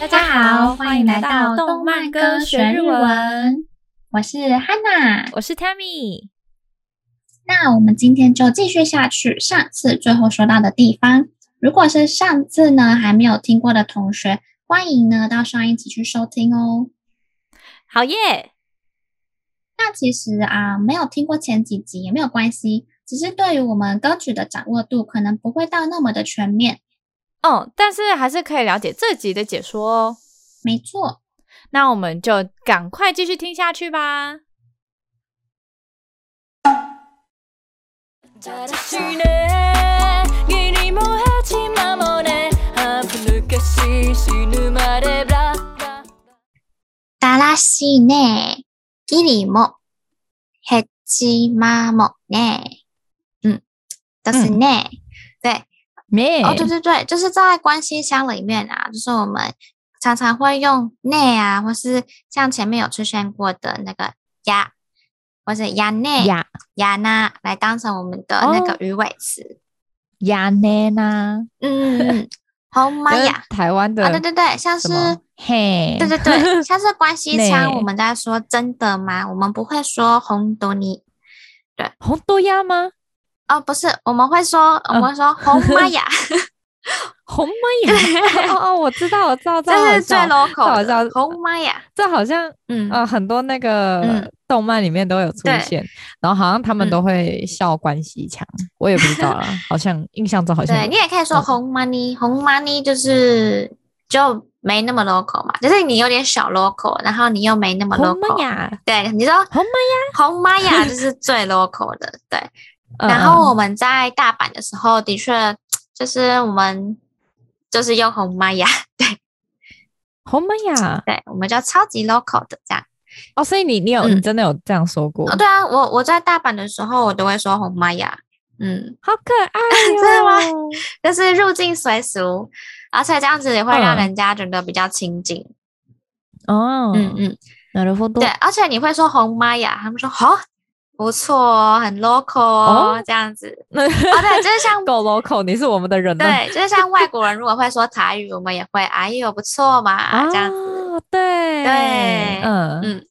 大家好，欢迎来到动漫歌学日文，我是 Hanna。我是 Tammy。那我们今天就继续下去上次最后说到的地方。如果是上次呢还没有听过的同学，欢迎呢到上一集去收听哦。好耶！那其实啊，没有听过前几集也没有关系，只是对于我们歌曲的掌握度可能不会到那么的全面。哦，但是还是可以了解这集的解说哦。没错，那我们就赶快继续听下去吧。だらしね義理も八間もねあぶぬかし死ぬまでブラブラだらしいね。ギリも、ヘッチマもね。嗯，就是ね。对，咩哦，对对对，就是在关系箱里面啊，就是我们常常会用内啊，或是像前面有出现过的那个呀，或者呀内呀呀呢，来当成我们的那个哦鱼尾词。呀呢呢？嗯嗯， 嗯好妈跟呀！台湾的啊，对对对，像是什么嘿，对对对，像是关系腔，内我们在说真的吗？我们不会说红多尼红多鸭吗？哦，不是，我们会说我嗯们会说红妈呀，红妈 呀！哦哦，我知道，我知道，这这好是最笑 local 这好笑的红妈呀，这好像嗯。呃很多那个嗯动漫里面都有出对现，然后好像他们嗯都会笑关系强，我也不知道 啦，好像印象中好像对有你也可以说嗯红 money，红 money 就是就没那么 local 嘛，就是你有点小 local，然后你又没那么红妈 local。呀，对，你说红红玛雅就是最 local 的，对。嗯然嗯后我们在大阪的时候，的确就是我们就是用红玛雅，红妈呀，对我们叫超级 local 的这样。哦，所以你你有、嗯你真的有这样说过，哦，对啊，我我在大阪的时候，我都会说红玛雅，嗯，好可爱哦哟、 真的吗就是入境随俗，而且这样子也会让嗯人家觉得比较亲近，哦，嗯嗯。なるほど对，而且你会说红妈呀，他们说好、不错哦，很 local 哦，这样子。那哦，对，就是 像够 local，你是我们的人呢，对，就是像外国人如果会说台语，我们也会哎呦不错嘛、啊，这样子。对对嗯嗯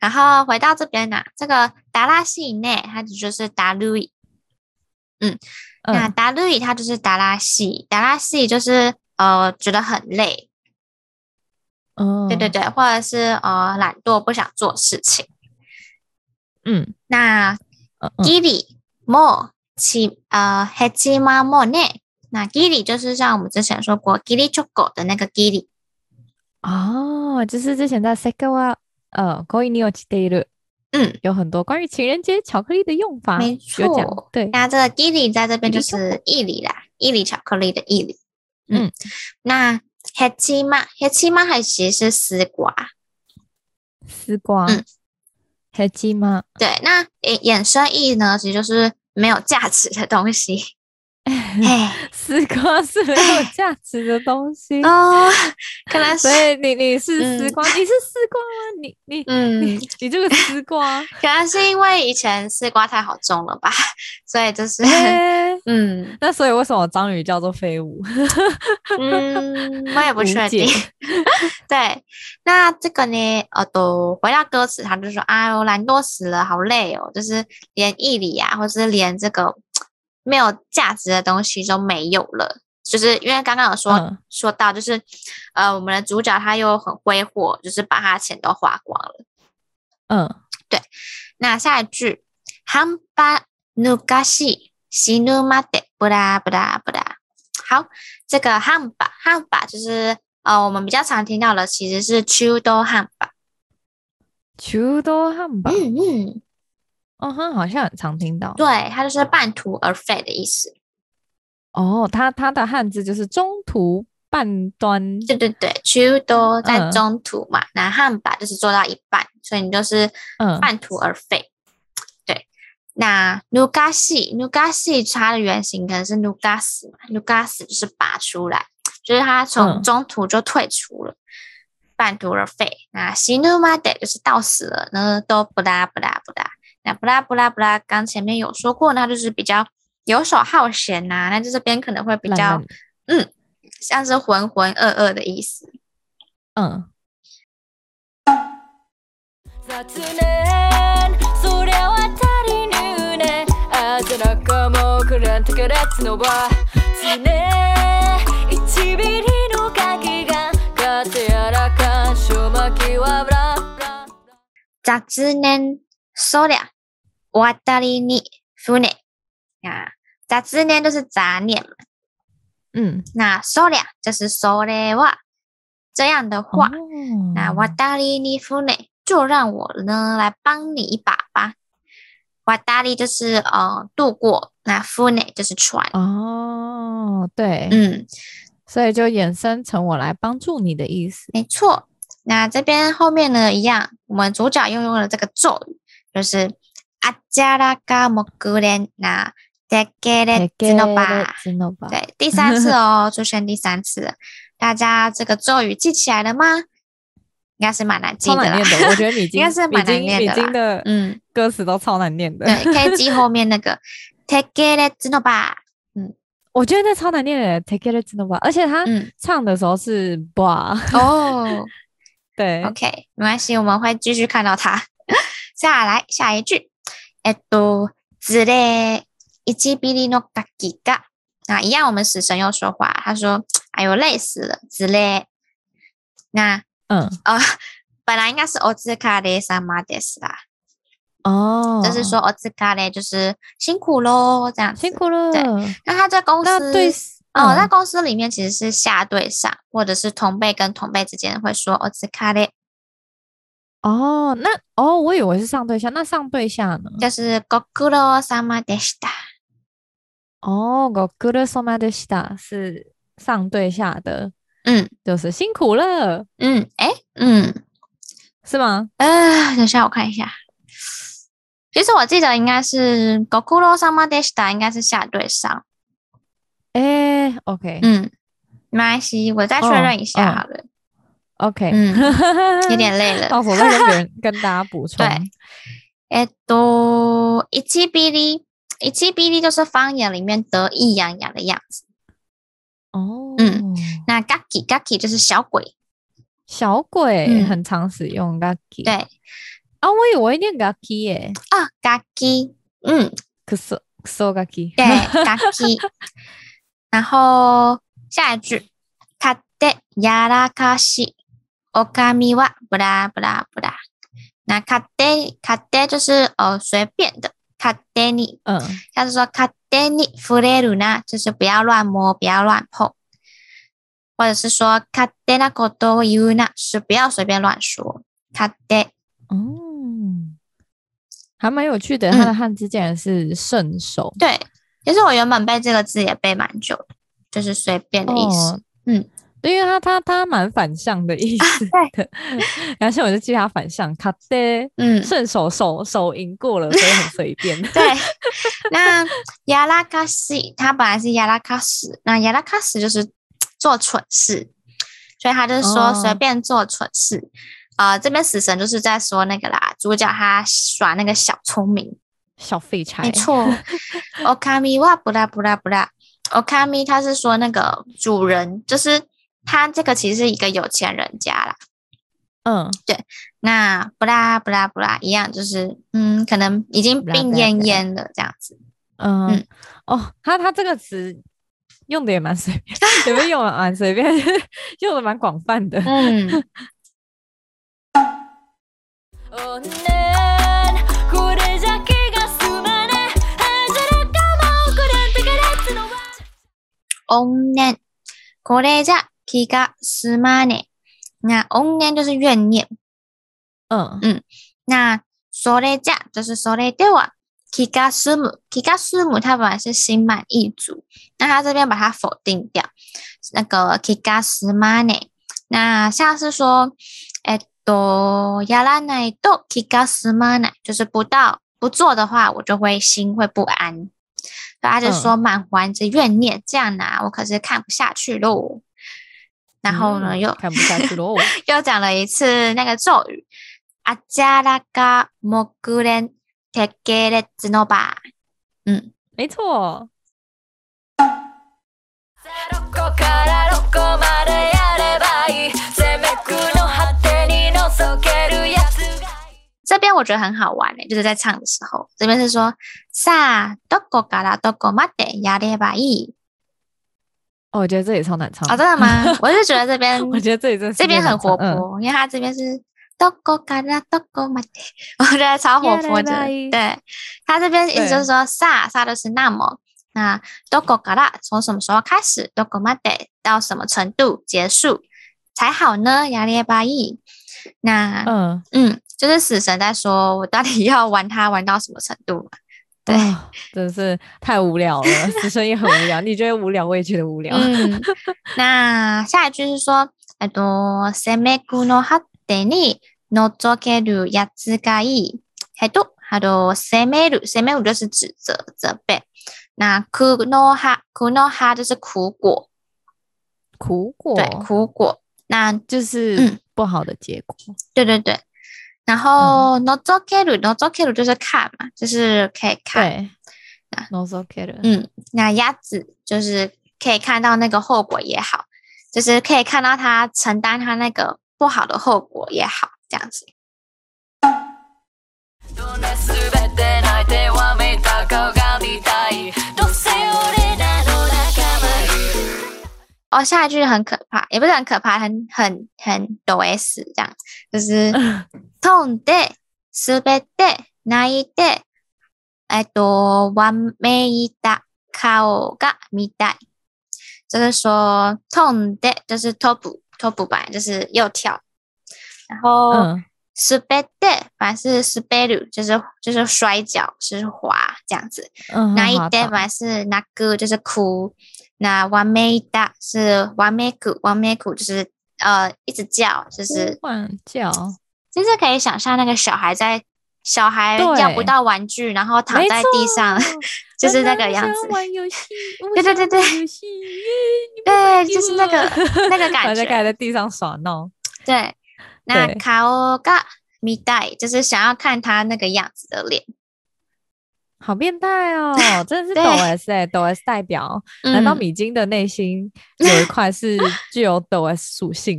然后回到这边呢、这个达拉西以内，它指就是达鲁伊。那嗯，达鲁伊它就是达拉西，达拉西就是呃觉得很累，哦对对，对，或者是呃懒惰不想做事情。嗯那嗯嗯，ギリもち呃ヘチマもね。那ギリ就是像我们之前说过ギリチョコ的那个ギリ，哦，就是之前在 s e k a w a 呃，Koi ni o c h i d 嗯，有很多关于情人节巧克力的用法，没有讲错对，那这个ギリ在这边就ギ是意里啦，意里巧克力的意里。嗯，嗯那ヘチマヘチマ还其实是丝瓜，丝瓜嗯、黑鸡吗？对，那衍衍生意呢，其实就是没有价值的东 西。哎，丝瓜是没有价值的东西， 哦，可能嗯是所以你你是丝嗯瓜，你是丝瓜吗？你你嗯你，你这个丝 瓜，可能是因为以前丝瓜太好种了吧，所 以就是。哎嗯那所以为什么章鱼叫做飞舞？嗯，我也不无确定 解。对，那这个呢？呃，都回到歌词，他就说：“哎呦，懒惰死了，好累哦。”就是连毅力啊，或是连这个没有价值的东西都没有了。就是因为刚刚有说、嗯说到，就是呃，我们的主角他又很挥霍，就是把他的钱都花光了。嗯，那下一句，半端ぬかしい死ぬまで不拉不拉不拉。好，这个汉堡，汉堡就是呃，我们比较常听到的其实是秋都汉堡。秋多汉堡，嗯嗯，哦哼，好像很常听到。对，它就是半途而废的意思。哦，它它的汉字就是中途半端，对对对，秋都在嗯中途嘛，那汉堡就是做到一半，所以你就是嗯半途而废。对，那 nugasi nugasi 它的原型可能是 nugas 嘛，nugas 就是拔出来，就是它从嗯中途就退出了。半途而废，那 sinumade 就是到死了，呢都不拉不拉不拉，那不拉不拉不拉，刚前面有说过，那就是比较游手好闲啊呐、那就这边可能会比烂较烂嗯，像是浑浑噩噩的意思。嗯，雑念そりゃは足りぬねあぜなかもくらんたからつのは常1ミリの鍵がかてやらかんしょまきはブラブラ雑念そりゃ渡りに船啊，雑念就是杂念嘛。嗯，那 so 俩就是 so 嘞哇，这样的话，那哦瓦达利尼夫内就让我呢来帮你一把吧。瓦达利就是呃渡过，那夫内就是船，哦，对，嗯，所以就衍生成我来帮助你的意思。没错。那这边后面呢一样，我们主角又用了这个咒语，就是阿加拉嘎莫格连那德格列兹诺巴。知道吧？对，第三次哦，出现第三次了，大家这个咒语记起来了吗？应该是蛮难记超的难啦念。的，我觉得你已经应该是蛮已经难念已的啦经的嗯，歌词都超难念的。 对，可以记后面那个 take it a t 吧。我觉得那超难念的，Take it to the bar，而且他嗯，唱的时候是 bar，哦对， ，OK，没关系，我们会继续看到它。下来下一句，えっと、ずれ一ビリのガキが。那一样，我们死神又说话，他说：“哎呦，累死了，之类。”那嗯，呃，本来应该是 o z 卡 k a r e s a m a d e s 啦，哦，就是说 o z 卡 k a r e 就是辛苦喽这样子。辛苦了。对那他在公那司对，哦，嗯在公司里面其实是下对上，或者是同辈跟同辈之间会说 o z 卡 k a r e 哦，那哦，我以为是上对象，那上对象呢？就是 gokuro sama d e s 哦，我 good so much 是上对下的，嗯就是辛苦了，嗯，哎，嗯，是吗？呃，等一下我看一下。其实我记得应该是 gokuro sama d e s 应该是下对上。哎，OK 嗯，没关系，我再确哦认一下哦好了。 OK，嗯有点累了。 到时候再跟别人跟大家补充。对えっと、一七哔哩，一七哔哩就是方言里面得意洋洋的样子。哦，嗯，那 gaki gaki 就是小鬼，小鬼嗯很常使用 gaki，对啊，我以为念 gaki 耶，啊，gaki，嗯，可是可是 gaki，对，gaki。然 后下一句，他的やらかし、おかみはブラブラブラ。那勝手勝手就是呃随便的，勝手に 嗯，他是说卡手に触れるな，就是不要乱摸，不要乱碰，或者是说卡手なことを言うな，是不要随便乱说。卡手，哦，还蛮有趣的，它的嗯汉字竟然是圣手对，其实我原本背这个字也背蛮久的，就是随便的意思。哦，嗯，啊因为它它它蛮反向的意思的，然后我就记它反向，卡爹嗯，圣手手手赢过了，所以很随便。 对。那やらかし，它本来是やらかす，那やらかす就是做蠢事，所以他就是说哦随便做蠢事。呃，这边死神就是在说那个啦，主角他耍那个小聪明。小废柴，没错，Okami 哇不啦不啦不啦，Okami 他是说那个主人，就是他这个其实是一个有钱人家啦。嗯，那不啦不啦不啦，一样就是嗯，可能已经布拉布拉病恹恹的这样子。嗯嗯，哦，他他这个词用的也蛮 随便，也不是用的蛮随便， 用的蛮广泛的。嗯，おんねんこれじゃ気が済まねえあぜなかもくらんたからつのは怨念，これじゃ気が済まねえ。那怨念就是怨念，嗯，那それじゃ就是それでは気が済む，気が済む它本来是心满意足，那它这边把它否定掉，那个気が済まね。那像是说，えっとやらないと気が済まない，就是不到不做的话，我就会心会不安。所以他就说满怀着怨念，这样啊，我可是看不下去喽。然后呢，嗯又看不下去 喽。又讲了一次那个咒语，阿加拉嘎莫古连铁格列兹诺巴。嗯，没错，さあ6個から6個までやればいい攻めく这边我觉得很好玩诶、就是在唱的时候，这边是说さあどこからどこまでやればいい。哦，我觉得这里超难唱哦，真的吗？ 我就觉得这边我觉得这里真的是这边难很活唱嗯泼，因为它这边是どこからどこまで， 我觉得超活泼的。 Yarabai 对，它这边意思就对是说さあさあ就是那么，那どこから从什么时候开始，どこまで到什么程度结束才好呢？やればいい。那嗯，嗯，就是死神在说我到底要玩它玩到什么程度嘛？对，啊真的是太无聊了， 死神也很无聊，你觉得无聊，我也觉得无聊。嗯，那下一句是说，えっと、攻めくの発展に覗けるやつがいい。えっと、あの、攻める、攻める就是指责、责备。那苦の葉、苦の葉就是苦果，苦果对，苦果。那就是嗯不好的结果。对对对，然后覗ける、覗ける就是看嘛，就是可以看。对啊，no so c a r 嗯，那鸭子就是可以看到那个后果也好，就是可以看到他承担他那个不好的后果也好，这样子。どんな全てない手は見た顔が見たいどうせ俺らの仲間に哦，下一句很可怕，也不是很可怕，很很很抖 S 这样，就是 飛んで、滑って、泣いて、えっと、わめいた顔が見たい。就是说，飛んで就是偷捕，偷捕版就是又跳，然后。嗯， s p e d 反而是 s p e d 就是就是摔跤，就是滑这样子。嗯，那一啊好 d 好反而是那个就是哭，那 one made 是 one make one make 就是呃一直叫，就是呼唤叫，其实可以想象那个小孩在小孩对要不到玩具，然后躺没在地错上， 就是那个样我想子要。玩游戏，我对对想对玩对游戏耶你不对能给就是那个 我那个感然后就觉开始在地上耍闹。对，那对卡欧嘎米代就是想要看他那个样子的脸。好变态哦，真的是抖对 S 哎、抖 S 代表。难道 嗯米津的内心有一块 是具有抖 S 属性？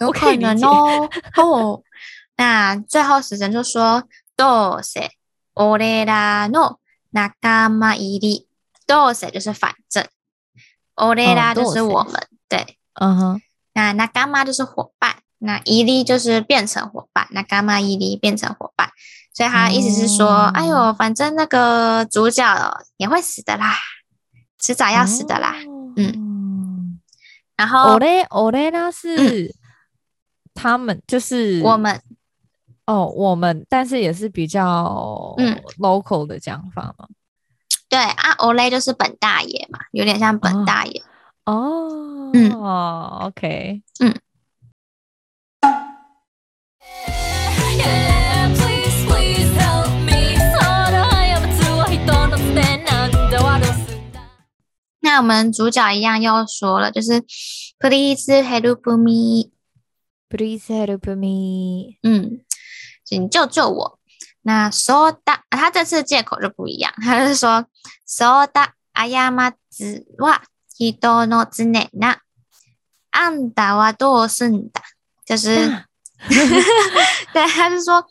有我可可以理能解哦。哦， 那最后死神就说：“どうせ俺らの仲間入り。”どうせ就是反正，俺ら哦どう就せ是我们，对。嗯哼，那仲間就是伙伴，那入り就是变成伙伴，那仲間入り变成伙伴。所以他的意思是说：“哎呦，哦反正那个主角也会死的啦，迟早要死的啦。哦嗯，然后我嘞我嘞那是他们就是嗯我们哦，我们但是也是比较嗯 local 的讲法嘛。对啊，o l 就是本大爷嘛，有点像哦本大爷。哦，，OK， Yeah, please, please help me その過ちは人のせいなんだ悪すんだ那我们主角一样又说了，就是 please help me， Please help me。嗯，请救救我。那 so da，、啊、他这次借口就不一样，他是说 so da あやまつは人の常な。あんたはどうすんだ？就是 啊对，他是说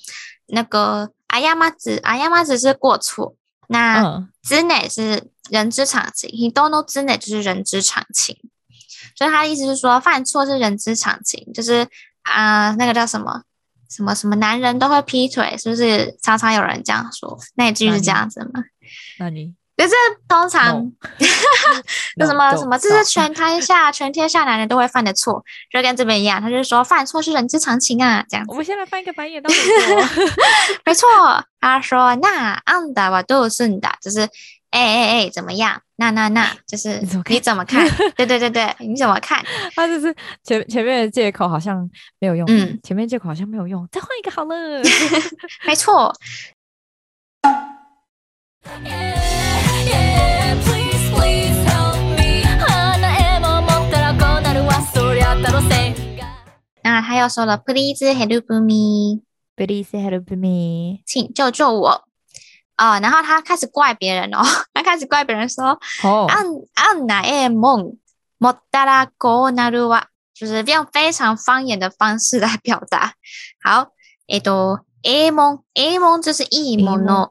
那个あやまつ，あやまつ是过错，那、嗯，之内是人之常情，hidono 之内就是人之常情，所以他的意思是说，犯错是人之常情，就是啊、那个叫什么什么什么，男人都会劈腿，是不是？常常有人这样说，那一句是这样子吗？那你就是通常 No 就什么 No，什么， don't 这 stop 是全天下全天下男人都会犯的错，就跟这边一样，他就是说犯错是人之常情啊，这样我子，们先来翻一个白眼到美国。没错。他说那安达瓦都是你的，就是哎哎哎怎么样？那那那就是你怎么看你怎么看？对对对对，你怎么看？他就是前前面的借口好像没有用，嗯前面借口好像没有用，再换一个好了。没错， Yeah, yeah, please, please help me 花絵も持ったらこうなるわそりゃたのせいが那他又说了，Please help me， Please help me。请救救我。哦，然后他开始怪别人哦， 他开始怪别人说，哦，安安奈诶梦，莫达拉狗那 鲁哇，就是用非常方言的方式来表达。好，えっと、 A 門、A 門就是いいもの。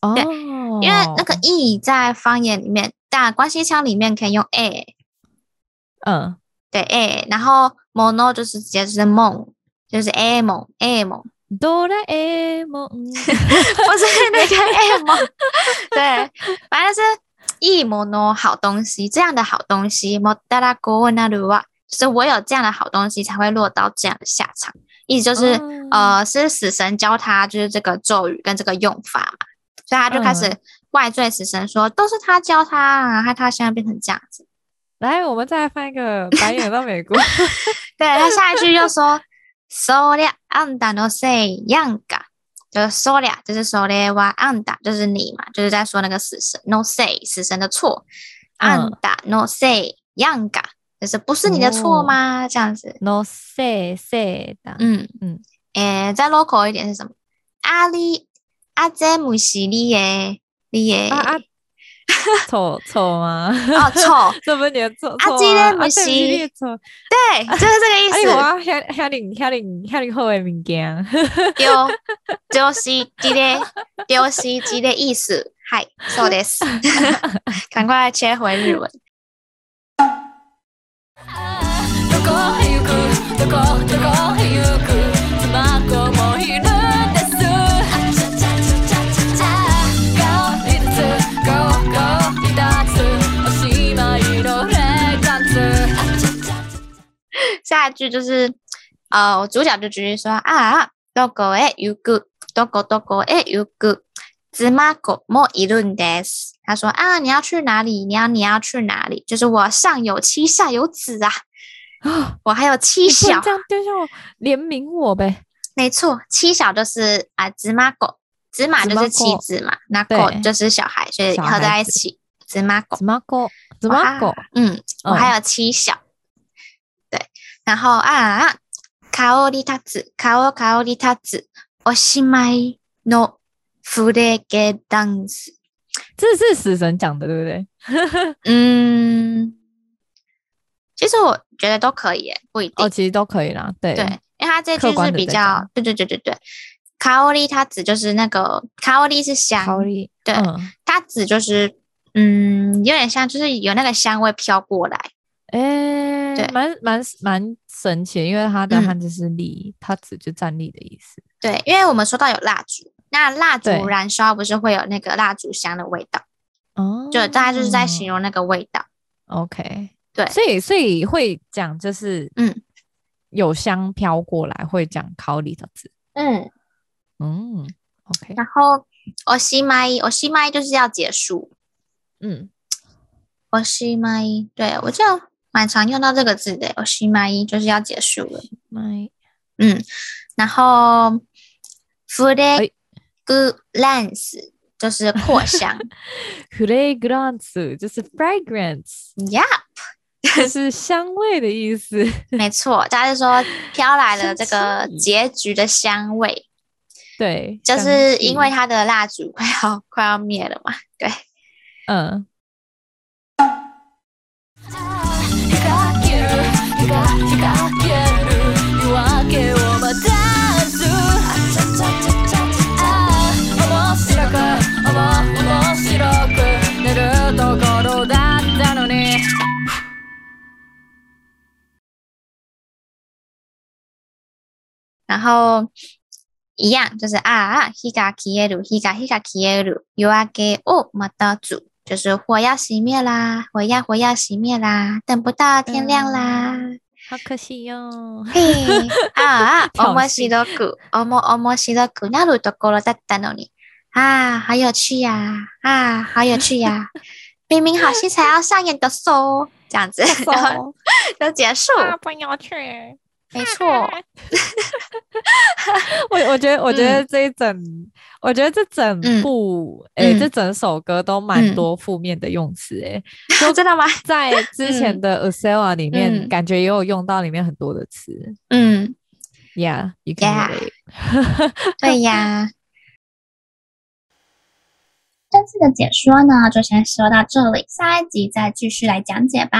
哦，对因为那个“い”在方言里面，但关西腔里面可以用 A，嗯，对 A，然后 “mono” 就是直接就是梦，就是 A 梦 A 梦，哆啦 A 梦， 不是那个 A 梦，对，反正就是“いいもの”好东西，这样的好东西，もったらこうなるわ，啊就是我有这样的好东西才会落到这样的下场，意思就是。嗯，呃，是死神教他就是这个咒语跟这个用法嘛，所以他就开始怪罪死神说、都是他教他啊，害他现在变成这样子。来，我们再来翻一个白眼到美国，对他下一句又说 “so le anda no se yanga”，就是 “so le” 就是 “so le wa anda”，就是你嘛，就是在说那个死神 “no se” 死神的错嗯，“anda no se yanga” 就是不是你的错哦吗？这样子， no say say 的，嗯嗯嗯，诶，再 local 一点是什么？阿里阿杰姆西利耶利耶啊啊哦，，丑丑吗？错，这不 是你的错，啊这个不不是是你的错，对，就是这个啊，意你我思。要遐遐恁遐恁遐恁好的物件，丢丢西这个丢西这个意思，嗨，そうです。赶快切回日文。どこへ行くどこどこへ行く妻子もいるんですあちゃちゃちゃちゃちゃちゃ顔一つここ一つおしまいのレガンツあちゃちゃ下一句就是，呃，我主角就继续说啊，どこへ行く、どこどこへ行く、妻子もいるんです。他说啊，你要去哪里？你要你要去哪里？就是我上有妻，下有子啊，我还有妻你不小能这。样丢下我，怜悯我呗，没错，妻小就是啊，子马狗，子马就是妻子嘛，那狗对就是小孩，所以小合在孩一子起，子马狗怎。么狗怎我么还狗，嗯，我嗯还有七小，对，然后啊，卡奥利塔子，卡奥卡奥利塔子，おしまいのフレゲダンス。这是死神讲的，对不对？嗯，其实我觉得都可以耶，不一定。哦，其实都可以啦，对对，因为它这客句观是地比在较讲，对对对对对。卡奥利它指就是那个卡奥利是香，好厉，对嗯，它指就是嗯，有点像就是有那个香味飘过来。哎、对蛮蛮蛮神奇的，因为它的嗯汉字是立，它指就站立的意思。对，因为我们说到有蜡烛，那蜡对烛燃烧不是会有那个蜡烛香的味道，哦，就大概就是在形容那个味道。 OK，对所以所以会讲就是嗯有香飘过来，会讲考里的字，嗯，嗯，OK，然后我西麦，我西麦就是要结束，嗯，我西麦，对我就蛮常用到这个字的，我西麦就是要结束了。 my 嗯，然后 f l 哎 good lens 就是 扩香 fragrance 就是 fragrance， ，Yeah，就是香味的意思。 没错，大家就说飘来了这个生气结局的香味。对，就香是因为气它的蜡烛快要快要灭了嘛，对，嗯。 「光ける光光ける夜明けを待たず」「ああ面白くおも面白く寝るところだったのに」然后一样就是啊啊，higa kieru higa higa kieru yuage o m a d a 就是火要熄灭啦，火要火要熄灭啦，等不到天亮啦，好可惜哟！嘿啊啊，挑面白衅くおも面白くなるところだったのに，啊，好有趣呀、啊，好有趣呀、明明好戏才要上演的嗦，这样子， 然后就结束，不要去，没错。 我我觉得，我觉得这一整，我觉得这整嗯部，诶、嗯这整首歌都蛮多负面的用词、 诶、真的吗？在之前的 Usela 里面，嗯感觉也有用到里面很多的词。嗯， Yeah，you can Yeah relate. 对呀。这次的解说呢，就先说到这里，下一集再继续来讲解吧。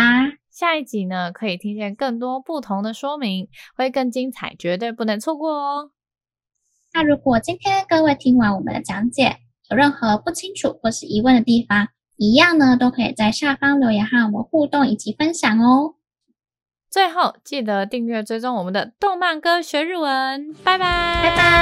下一集呢，可以听见更多不同的说明，会更精彩，绝对不能错过哦。那如果今天各位听完我们的讲解，有任何不清楚或是疑问的地方，一样呢都可以在下方留言和我们互动以及分享哦。最后记得订阅追踪我们的动漫歌学日文，拜拜，拜拜。